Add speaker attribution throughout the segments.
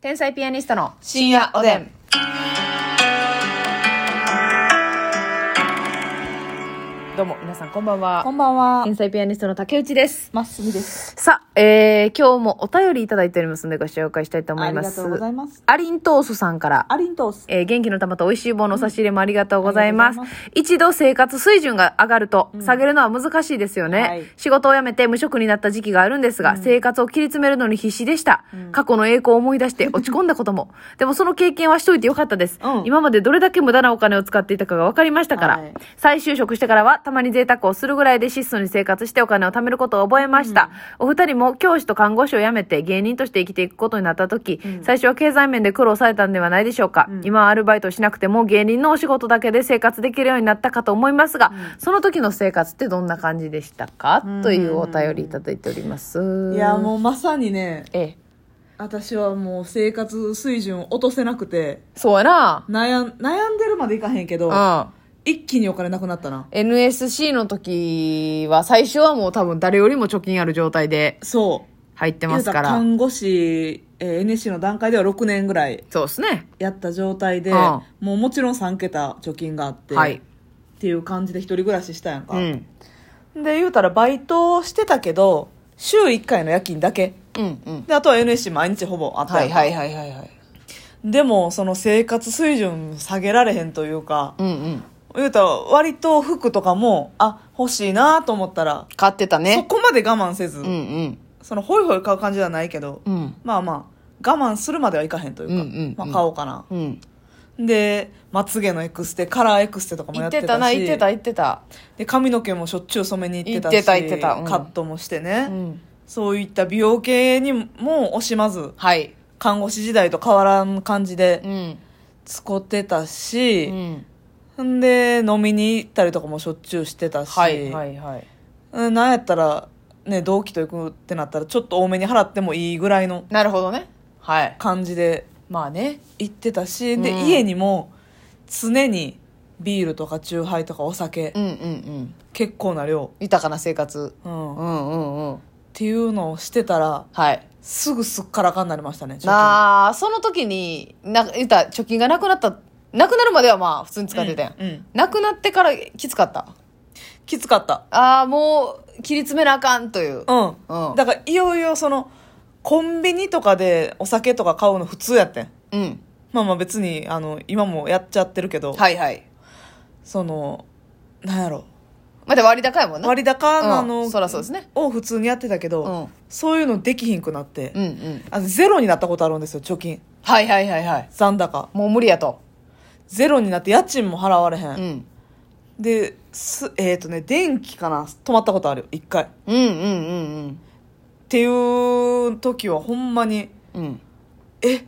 Speaker 1: 天才ピアニストの
Speaker 2: 深夜おでん。
Speaker 1: どうも皆さんこんばんは
Speaker 2: こんばんは
Speaker 1: 天。才ピアニストの竹内です
Speaker 2: まっすぐです。
Speaker 1: さあ、えー、今日もお便りいただいておりますのでご紹介したいと思
Speaker 2: あ
Speaker 1: い
Speaker 2: り
Speaker 1: ま
Speaker 2: が
Speaker 1: す
Speaker 2: とうございます。
Speaker 1: アリントースさんから
Speaker 2: アリントース。
Speaker 1: えー元気の玉と美味しい棒のお差し入れもありがとうございます。
Speaker 2: ありがとうござ
Speaker 1: 一度生活水準が上がると、下げるのは難しいですよね、
Speaker 2: はい
Speaker 1: 仕事を辞めて無職になった時期があるんですが、生活を切り詰めるのに必死でした、過去の栄光を思い出 して落ち込んだことも。でもその経験はしといてよかったです、
Speaker 2: うん
Speaker 1: 今までどれだけ無駄なお金を使っていたかが分かりましたから、
Speaker 2: はい
Speaker 1: 再就職してからはたまに贅沢をするぐらいで質素に生活してお金を貯めることを覚えました、お二人も教師と看護師を辞めて芸人として生きていくことになった時、最初は経済面で苦労されたんではないでしょうか、今はアルバイトをしなくても芸人のお仕事だけで生活できるようになったかと思いますが、その時の生活ってどんな感じでしたか、というお便りいただいております
Speaker 2: いや、もうまさにね、
Speaker 1: ええ
Speaker 2: 私はもう生活水準を落とせなくて、
Speaker 1: そうやな
Speaker 2: 悩ん、悩んでるまでいかへんけど、
Speaker 1: うん
Speaker 2: 一気にお金なくなったな。
Speaker 1: NSC の時は最初はもう多分誰よりも貯金ある状態で
Speaker 2: そう。
Speaker 1: 入ってますから
Speaker 2: 言うた看護師、えー NSC の段階では6年ぐらい
Speaker 1: そうですね。
Speaker 2: やった状態で、
Speaker 1: うん
Speaker 2: もうもちろん3桁貯金があって、
Speaker 1: はい
Speaker 2: っていう感じで一人暮らししたやんか。
Speaker 1: うん。
Speaker 2: で、言うたらバイトしてたけど、週1回の夜勤だけ。
Speaker 1: うんうん。
Speaker 2: で、あとは NSC 毎日ほぼあったやんか
Speaker 1: はいはいはいはい。
Speaker 2: でもその生活水準下げられへんというか、
Speaker 1: うんうん。
Speaker 2: 言うたら割と服とかもあ欲しいなと思ったら
Speaker 1: 買ってた
Speaker 2: そ
Speaker 1: ね。
Speaker 2: こまで我慢せず、
Speaker 1: うんうん。
Speaker 2: そのホイホイ買う感じではないけど、
Speaker 1: うん。
Speaker 2: まあまあ我慢するまではいかへんというか、
Speaker 1: うんうん
Speaker 2: まあ、買おうかな、
Speaker 1: うん。
Speaker 2: でまつげのエクステカラーエクステとかも
Speaker 1: 行
Speaker 2: や
Speaker 1: っ
Speaker 2: って
Speaker 1: て
Speaker 2: た
Speaker 1: たな、
Speaker 2: し
Speaker 1: 行ってた行ってた。
Speaker 2: で髪の毛もしょっちゅう染めに行ってたし
Speaker 1: 行ってた行ってたうん
Speaker 2: カットもして
Speaker 1: う
Speaker 2: ね、
Speaker 1: ん。
Speaker 2: そういった美容系にも惜しまず
Speaker 1: はい。
Speaker 2: 看護師時代と変わらん感じで
Speaker 1: うん。
Speaker 2: 使ってた
Speaker 1: う
Speaker 2: し、
Speaker 1: ん。
Speaker 2: んで飲みに行ったりとかもしょっちゅうしてたし、
Speaker 1: はいはいはい。
Speaker 2: うんなんやったら、ね、同期と行くってなったらちょっと多めに払ってもいいぐらいの
Speaker 1: なるほどね。はい。
Speaker 2: 感じで
Speaker 1: まあね。
Speaker 2: 行ってたし、で
Speaker 1: うん
Speaker 2: 家にも常にビールとかチューハイとかお酒、
Speaker 1: うんうんうん。
Speaker 2: 結構な量、
Speaker 1: 豊かな生活。
Speaker 2: うん
Speaker 1: う
Speaker 2: っ
Speaker 1: んうんうん。
Speaker 2: ていうのをしてたら
Speaker 1: はい。
Speaker 2: すぐすっからかになりましたねちょっと
Speaker 1: なあ、その時に、な、言ったら貯金がなくなった、なくなるまではまあ普通に使ってたやん。
Speaker 2: うんうん
Speaker 1: なくなってからきつかった。
Speaker 2: きつかった
Speaker 1: ああ、もう切り詰めなあかんという。
Speaker 2: うん、
Speaker 1: うん
Speaker 2: だからいよいよそのコンビニとかでお酒とか買うの普通やってん
Speaker 1: うん。
Speaker 2: まあまあ別にあの今もやっちゃってるけど、
Speaker 1: はいはい。
Speaker 2: そのなんやろ
Speaker 1: まだ割高やもんな。
Speaker 2: 割高なの、
Speaker 1: うんそらそうですね
Speaker 2: を普通にやってたけど、
Speaker 1: うん
Speaker 2: そういうのできひんくなって、
Speaker 1: うんうん。
Speaker 2: あのゼロになったことあるんですよ貯金
Speaker 1: はいはいはいはい。
Speaker 2: 残高
Speaker 1: もう無理やと。
Speaker 2: ゼロになって家賃も払われへん、
Speaker 1: うん。
Speaker 2: ですえっ、とね電気かな止まったことある一回っ
Speaker 1: うんうんうん
Speaker 2: ていう時はほんまに
Speaker 1: うん。うん。
Speaker 2: え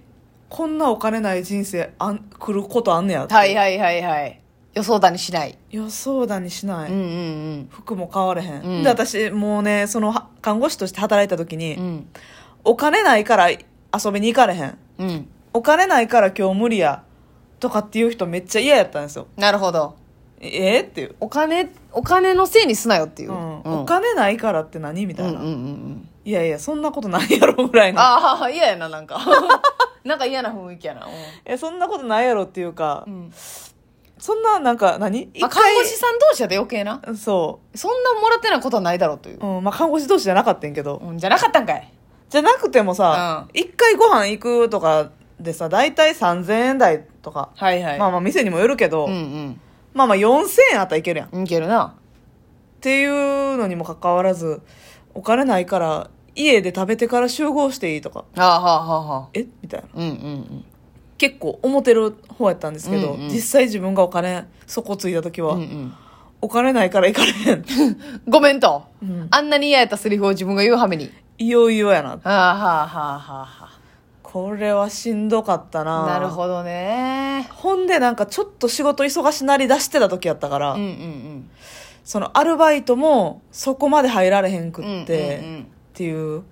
Speaker 2: こんなお金ない人生あん来ることあんねやって、
Speaker 1: はいはいはいはい。予想だにしない。
Speaker 2: 予想だにしない、
Speaker 1: うんうん
Speaker 2: 服も買われへん、
Speaker 1: うん
Speaker 2: で私もうねそのは看護師として働いた時に、
Speaker 1: うん。うん。
Speaker 2: お金ないから遊びに行かれへん
Speaker 1: うん。
Speaker 2: お金ないから今日無理やとかっていう人めっちゃ嫌やったんですよ
Speaker 1: なるほど。
Speaker 2: ええっていう、
Speaker 1: お金、お金のせいにすなよっていうう。
Speaker 2: んお金ないからって何みた
Speaker 1: うん
Speaker 2: い
Speaker 1: うん
Speaker 2: な、
Speaker 1: うんうん。
Speaker 2: いやいやそんなことないやろぐらいの
Speaker 1: ああ、嫌やな、なんか。 なんか嫌な雰囲気やな。う
Speaker 2: えそんなことないやろっていうか、
Speaker 1: ん。うん
Speaker 2: そんななんか何一
Speaker 1: まあ、看護師さん同士やで余計な。
Speaker 2: そ
Speaker 1: そんなもらってないことはないだろうという
Speaker 2: う、。うんまあ、看護師同士じゃなかったんやけど、
Speaker 1: うん、じゃなかったんかい。
Speaker 2: じゃなくてもさ一、回ご飯行くとかでさ大体3000円台とか、
Speaker 1: はいは
Speaker 2: まあまあ店にもよるけど、
Speaker 1: うん
Speaker 2: まあまあ4000円あったらいけるやんっ
Speaker 1: うん。いけるな。
Speaker 2: ていうのにもかかわらずお金ないから家で食べてから集合していいとか
Speaker 1: ああ、はあはあはあ。
Speaker 2: えみたいな
Speaker 1: うんうんうん。
Speaker 2: 結構思ってる方やったんですけど、
Speaker 1: うんうん
Speaker 2: 実際自分がお金底ついた時は、
Speaker 1: うんうん
Speaker 2: お金ないから行かれへん
Speaker 1: ごめんと、
Speaker 2: うん
Speaker 1: あんなに嫌やったセリフを自分が言うはめに。
Speaker 2: いよいよやな
Speaker 1: はあはあはあは
Speaker 2: これはしんどかった
Speaker 1: あはあ。
Speaker 2: な
Speaker 1: なるほどね。
Speaker 2: ほんでなんかちょっと仕事忙しなりだしてた時やったから、
Speaker 1: うんうん
Speaker 2: そのアルバイトもそこまで入られへんく
Speaker 1: うん。
Speaker 2: って、
Speaker 1: うんうんうん
Speaker 2: っていう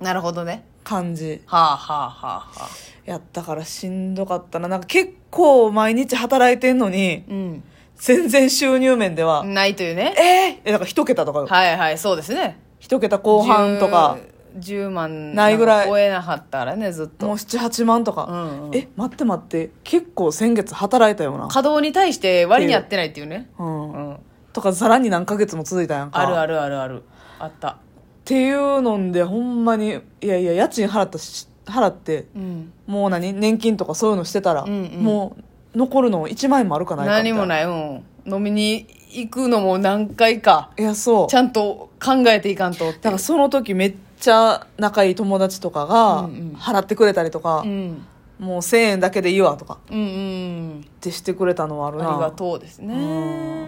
Speaker 1: なるほどね。
Speaker 2: 感じ
Speaker 1: はあはあはあはあ。
Speaker 2: やったからしんどかったななんか結構毎日働いてんのに
Speaker 1: うん。
Speaker 2: 全然収入面では、
Speaker 1: ないというね。
Speaker 2: えーえだから一桁とかよ
Speaker 1: はいはい、そうですね。
Speaker 2: 一桁後半とか
Speaker 1: 10。 10万
Speaker 2: ないぐらい
Speaker 1: 超えなかったらねずっと
Speaker 2: もう78万とか、
Speaker 1: うんうん
Speaker 2: え待って待って結構先月働いたよな、
Speaker 1: 稼働に対して割に合ってないっていうね
Speaker 2: うん
Speaker 1: うん
Speaker 2: とかさらに何ヶ月も続いたやんか
Speaker 1: あるあるあるあるあった
Speaker 2: っていうのでほんまにいやいや家賃払ったし払って
Speaker 1: うん
Speaker 2: もう何年金とかそういうのしてたら、
Speaker 1: うんうん
Speaker 2: もう残るの1万円もあるかないか
Speaker 1: 何も
Speaker 2: い
Speaker 1: ないうん飲みに行くのも何回か
Speaker 2: いやそう
Speaker 1: ちゃんと考えていかんとって
Speaker 2: だからその時めっちゃ仲いい友達とかが
Speaker 1: うんうん
Speaker 2: 払ってくれたりとか、
Speaker 1: うん
Speaker 2: もう1000円だけでいいわとか
Speaker 1: うんうん
Speaker 2: ってしてくれたのはある
Speaker 1: あり
Speaker 2: な
Speaker 1: がとうですね
Speaker 2: う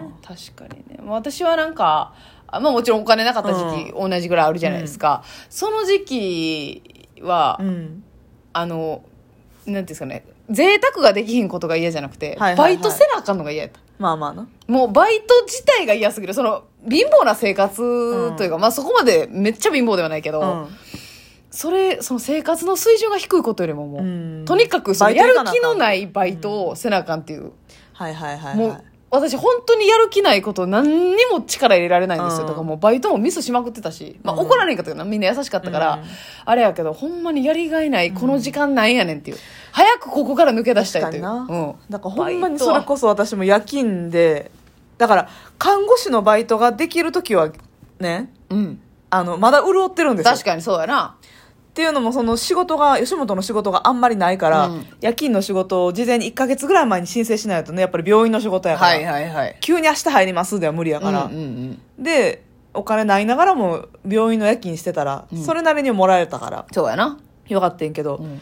Speaker 2: ん
Speaker 1: 確かにね私はなんかあまあもちろんお金なかった時期同じぐらいあるじゃないですかその時期は
Speaker 2: うん
Speaker 1: あのなんていうんですかね贅沢ができひんことが嫌じゃなくて
Speaker 2: はいはいは
Speaker 1: バ
Speaker 2: い
Speaker 1: イトせなあかんのが嫌やった
Speaker 2: まあまあな
Speaker 1: もうバイト自体が嫌すぎる。その、貧乏な生活というか、まあそこまでめっちゃ貧乏ではないけど、それ、その生活の水準が低いことよりももう、
Speaker 2: うん
Speaker 1: とにかくその
Speaker 2: バイト
Speaker 1: や
Speaker 2: 行
Speaker 1: る
Speaker 2: かなあかん
Speaker 1: 気のないバイトをせなあかんっていう。
Speaker 2: はいはいはい、はい、
Speaker 1: もう、私本当にやる気ないこと何にも力入れられないんですよ。
Speaker 2: うん
Speaker 1: だからもうバイトもミスしまくってたし、まあ怒られんかったけどな、みんな優しかったから、
Speaker 2: うん
Speaker 1: あれやけど、ほんまにやりがいない、この時間なんやねんっていう。早くここから抜け出したい
Speaker 2: 確
Speaker 1: と
Speaker 2: か
Speaker 1: い
Speaker 2: に
Speaker 1: う。
Speaker 2: な、
Speaker 1: うん。
Speaker 2: だからほんまにそれこそ私も夜勤でだから看護師のバイトができる時はね
Speaker 1: うん。
Speaker 2: あのまだ潤ってるんですよ
Speaker 1: 確かにそうやな。
Speaker 2: っていうのもその仕事が吉本の仕事があんまりないから、
Speaker 1: うん
Speaker 2: 夜勤の仕事を事前に1か月ぐらい前に申請しないとねやっぱり病院の仕事やから、
Speaker 1: はいはいはい。
Speaker 2: 急に明日入りますでは無理やから、
Speaker 1: うんうんうん
Speaker 2: でお金ないながらも病院の夜勤してたら、それなりにもらえたから
Speaker 1: そうやな。
Speaker 2: よかったんけど、
Speaker 1: ん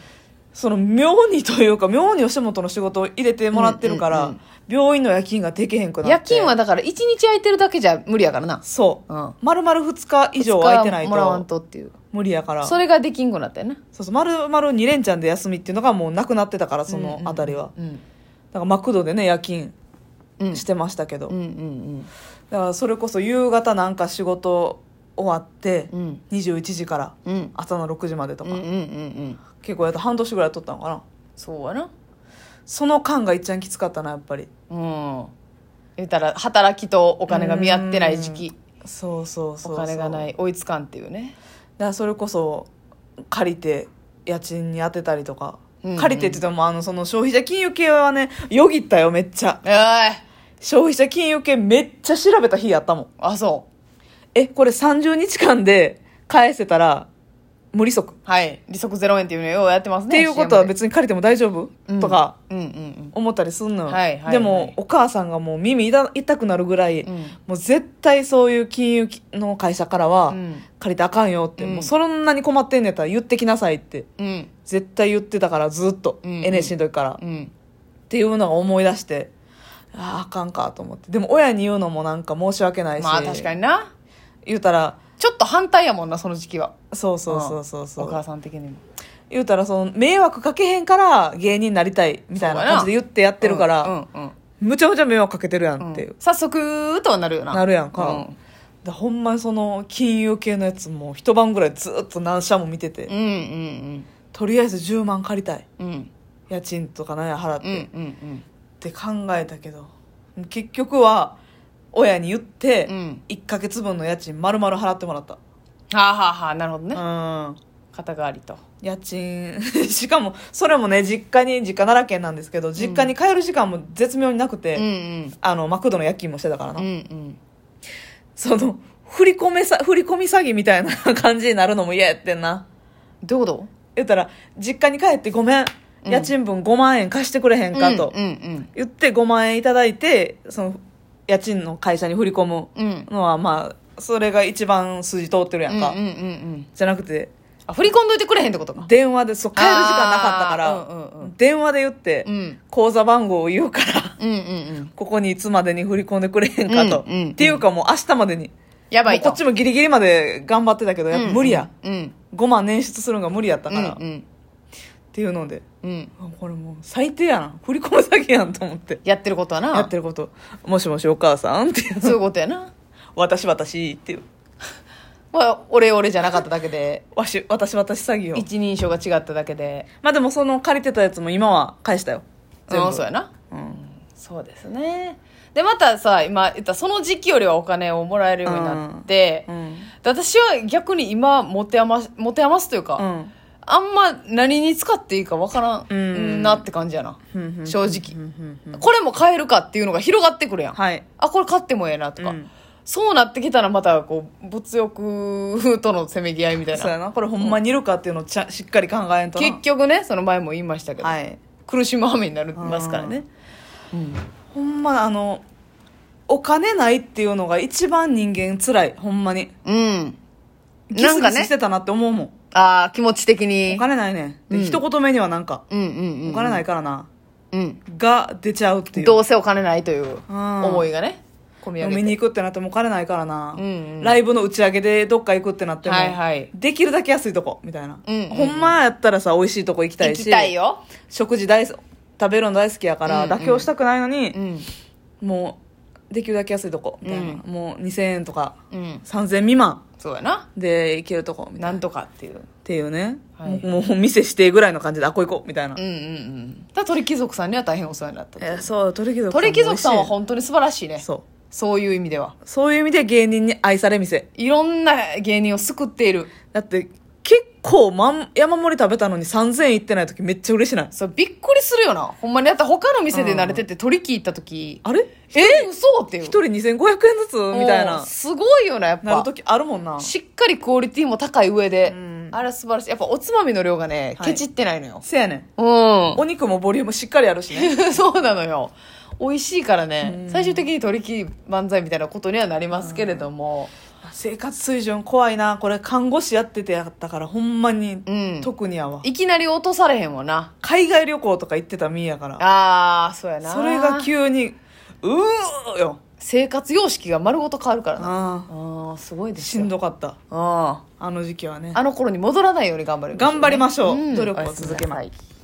Speaker 2: その妙にというか妙に吉本の仕事を入れてもらってるから、
Speaker 1: うんうん
Speaker 2: 病院の夜勤ができへんくなって
Speaker 1: 夜勤はだから一日空いてるだけじゃ無理やからな。
Speaker 2: そう、
Speaker 1: うん
Speaker 2: 丸々2日以上空いてな
Speaker 1: 二
Speaker 2: い
Speaker 1: 日もらわん
Speaker 2: と
Speaker 1: とっていう。
Speaker 2: 無理やから
Speaker 1: それができんくなったよな。
Speaker 2: そうそう丸々2連チャンで休みっていうのがもうなくなってたからそのあたりは、
Speaker 1: うん。
Speaker 2: だからマクドでね夜勤
Speaker 1: うん。
Speaker 2: してましたけど、
Speaker 1: うんうん
Speaker 2: だからそれこそ夕方なんか仕事終わって、
Speaker 1: うん。うん。
Speaker 2: 21時から
Speaker 1: うん。
Speaker 2: 朝の6時までと
Speaker 1: う
Speaker 2: か、
Speaker 1: んうんうんうん。
Speaker 2: 結構やった半年ぐらい取ったのかな
Speaker 1: そうやな。
Speaker 2: その間がいっちゃんきつかったなやっぱり
Speaker 1: うん。言ったら、働きとお金が見合ってない時期。
Speaker 2: そうそうそうそう
Speaker 1: お金がないい、追いつかんっていうね。
Speaker 2: だからそれこそ借りて家賃に当てたりとか、
Speaker 1: うんうん
Speaker 2: 借りてって言ってもあのその消費者金融系はねよぎったよめっちゃ
Speaker 1: ええ。
Speaker 2: 消費者金融系めっちゃ調べた日やったもん
Speaker 1: あ、そう。
Speaker 2: えこれ30日間で返せたら無利息っ
Speaker 1: はい。利息0円っていうのをようやってますね。
Speaker 2: ていうことは
Speaker 1: CM で
Speaker 2: 別に借りても大丈夫、
Speaker 1: うん
Speaker 2: とか
Speaker 1: うんうん
Speaker 2: 思ったりすんのよ、
Speaker 1: はいはいはい
Speaker 2: でもお母さんがもう耳痛痛くなるぐらい、
Speaker 1: うん
Speaker 2: もう絶対そういう金融の会社からは
Speaker 1: うん
Speaker 2: 借りてあかんよって、
Speaker 1: うん
Speaker 2: もうそんなに困ってんねやったら言ってきなさいって
Speaker 1: うん。うん。
Speaker 2: 絶対言ってたからずっと、
Speaker 1: うんうん
Speaker 2: NSC の時から、っ
Speaker 1: うん。
Speaker 2: ていうのが思い出してあああかんかと思ってでも親に言うのもなんか申し訳ないし、
Speaker 1: まあ確かにな。
Speaker 2: 言うたら
Speaker 1: ちょっと反対やもんな、その時期は。
Speaker 2: そうそうそうそうそ
Speaker 1: お母
Speaker 2: う
Speaker 1: さん的にも。
Speaker 2: 言うたらその迷惑かけへんから芸人になりたいみたいな感じで言ってやってるから、
Speaker 1: うんうん
Speaker 2: むちゃむちゃ迷惑かけてるや
Speaker 1: うん
Speaker 2: んっていう、
Speaker 1: 早速とはなるよな
Speaker 2: なるやんか、
Speaker 1: うん
Speaker 2: でほんまにその金融系のやつも一晩ぐらいずっと何社も見てて、
Speaker 1: うんうん
Speaker 2: とりあえず10万借りたい
Speaker 1: うんうん
Speaker 2: 家賃とか何や払って、
Speaker 1: うん
Speaker 2: っ
Speaker 1: うん
Speaker 2: て考えたけど結局は親に言って、
Speaker 1: うん
Speaker 2: 1ヶ月分の家賃丸々払ってもらった
Speaker 1: はあはあはあなるほどね
Speaker 2: うん
Speaker 1: 肩代わりと
Speaker 2: 家賃 しかもそれもね実家に実家奈良県なんですけど実家に帰る時間も絶妙になくて、
Speaker 1: うんうん
Speaker 2: あのマクドの夜勤もしてたからな、
Speaker 1: うんうん
Speaker 2: その振り込めさ振り込み詐欺みたいな 感じになるのも嫌やってんな
Speaker 1: どういうこ
Speaker 2: 言ったら実家に帰ってごめん
Speaker 1: うん
Speaker 2: 家賃分5万円貸してくれへん
Speaker 1: と
Speaker 2: かと
Speaker 1: うんうん
Speaker 2: 言って5万円いただいてその家賃の会社に振り込む
Speaker 1: うんうん
Speaker 2: のはまあそれが一番筋通ってるやんか、
Speaker 1: うんうんうんうん
Speaker 2: じゃなくて
Speaker 1: あ振り込んどいてくれへんってことか
Speaker 2: 電話でそう帰る時間なかったから、
Speaker 1: あーうんうんうん
Speaker 2: 電話で言って、
Speaker 1: うん
Speaker 2: 口座番号を言うから
Speaker 1: うんうんうん
Speaker 2: ここにいつまでに振り込んでくれへんかと、
Speaker 1: うんうん
Speaker 2: っていうかもう明日までに
Speaker 1: やば
Speaker 2: も
Speaker 1: いう
Speaker 2: ことっちもギリギリまで頑張ってたけどやっぱ無理や、
Speaker 1: うんうん
Speaker 2: 5万捻出するのが無理やった
Speaker 1: う
Speaker 2: から、っ
Speaker 1: ん
Speaker 2: ていうので
Speaker 1: うんうん
Speaker 2: あこれもう最低やな振り込む詐欺やんと思って
Speaker 1: やってることはな
Speaker 2: やってることもしもしお母さんっていう
Speaker 1: そういうことやな
Speaker 2: 私私っていう
Speaker 1: まあ俺俺じゃなかっただけで
Speaker 2: わし私私詐欺を
Speaker 1: 一人称が違っただけで
Speaker 2: まあでもその借りてたやつも今は返したよ全
Speaker 1: う
Speaker 2: 部
Speaker 1: んそうやな
Speaker 2: うん
Speaker 1: そうですねでまたさ今言ったその時期よりはお金をもらえるようになって、
Speaker 2: うん
Speaker 1: だで私は逆に今持て余し持て余すというか、
Speaker 2: うん
Speaker 1: あんま何に使っていいかわから
Speaker 2: うん
Speaker 1: んなって感じやな、
Speaker 2: うんうん
Speaker 1: 正直、
Speaker 2: うんうんうん
Speaker 1: これも買えるかっていうのが広がってくるやん、
Speaker 2: はい
Speaker 1: あこれ買ってもええなとか、
Speaker 2: うん
Speaker 1: そうなってきたらまたこう物欲とのせめぎ合いみたい
Speaker 2: そう
Speaker 1: な
Speaker 2: やなこれほんまにいるかっていうのをちゃしっかり考えんとな
Speaker 1: 結局ねその前も言いましたけど、
Speaker 2: はい
Speaker 1: 苦しむ羽目になりますからね、うん
Speaker 2: ほんまあのお金ないっていうのが一番人間辛いほんまに
Speaker 1: うん。
Speaker 2: ギス
Speaker 1: なん
Speaker 2: ギ
Speaker 1: か
Speaker 2: ス
Speaker 1: ね
Speaker 2: し、てたなって思うもん
Speaker 1: ああ、気持ち的に。
Speaker 2: お金ないねん
Speaker 1: う
Speaker 2: で
Speaker 1: ん
Speaker 2: 一言目にはなんか
Speaker 1: うんうんうん。。
Speaker 2: お金ないいからな
Speaker 1: うん。
Speaker 2: が出ちゃうっていう
Speaker 1: どうせお金ないという
Speaker 2: うん
Speaker 1: 思いがね、込み上
Speaker 2: 飲
Speaker 1: げて。
Speaker 2: みに行くってなってもお金ないからな、
Speaker 1: うんうん
Speaker 2: ライブの打ち上げでどっか行くってなっても、
Speaker 1: はいはい
Speaker 2: できるだけ安いとこみたいな、
Speaker 1: うんうんうん
Speaker 2: ほんまやったらさ美味しいとこ行きたい
Speaker 1: 行
Speaker 2: し
Speaker 1: きたいよ。
Speaker 2: 食事大好食べるの大好きやから、
Speaker 1: うんうん
Speaker 2: 妥協したくないのに
Speaker 1: う、ん。
Speaker 2: もうできるだけ安いとこみたいな、
Speaker 1: う
Speaker 2: もう2000円とか
Speaker 1: うん。
Speaker 2: 3000未満
Speaker 1: そうやな。
Speaker 2: で行けるとこみたいな
Speaker 1: なんとかっていう。
Speaker 2: っていうね、
Speaker 1: はい
Speaker 2: もうもう店指定ぐらいの感じであこ行こうみたいな、
Speaker 1: うんうんうん。ただ鳥貴族さんには大変お世話になったと。
Speaker 2: えーそう鳥貴族
Speaker 1: 鳥貴族さんは
Speaker 2: ん
Speaker 1: 本当に素晴らしいね。
Speaker 2: そう
Speaker 1: そういう意味では。
Speaker 2: そういう意味で芸人に愛され店
Speaker 1: いろんな芸人を救っている。
Speaker 2: だって結構、まん、山盛り食べたのに3000円いってない時めっちゃ嬉しない
Speaker 1: そう、びっくりするよな。ほんまに。だって他の店で慣れてて鳥貴行った時、
Speaker 2: あれ
Speaker 1: え嘘っていう。
Speaker 2: 一人2500円ずつみたい
Speaker 1: お
Speaker 2: な
Speaker 1: ーすごいよな、やっぱ。
Speaker 2: なる時あるもんな
Speaker 1: しっかりクオリティも高い上で、
Speaker 2: うん
Speaker 1: あれは素晴らしいやっぱおつまみの量がね、
Speaker 2: はい
Speaker 1: ケチってないのよ
Speaker 2: せやねん
Speaker 1: う
Speaker 2: お肉もボリュームしっかりあるしね
Speaker 1: ん そうなのよ美味しいからね最終的に取り切り万歳みたいなことにはなりますけれども
Speaker 2: 生活水準怖いなこれ看護師やっててやったからほんまに、
Speaker 1: うん
Speaker 2: 特にやわ
Speaker 1: いきなり落とされへんわな
Speaker 2: 海外旅行とか行ってた身やから
Speaker 1: あーそうやな
Speaker 2: それが急にうーよ
Speaker 1: 生活様式が丸ごと変わるからな
Speaker 2: あ
Speaker 1: あーすごいで
Speaker 2: あ
Speaker 1: す
Speaker 2: し
Speaker 1: よ
Speaker 2: んどかった
Speaker 1: あ
Speaker 2: あの時期はね
Speaker 1: あの頃に戻らないように頑張りましょうね、
Speaker 2: 頑張りましょ
Speaker 1: う
Speaker 2: う
Speaker 1: ん
Speaker 2: 努力を続けます
Speaker 1: おやすみなさい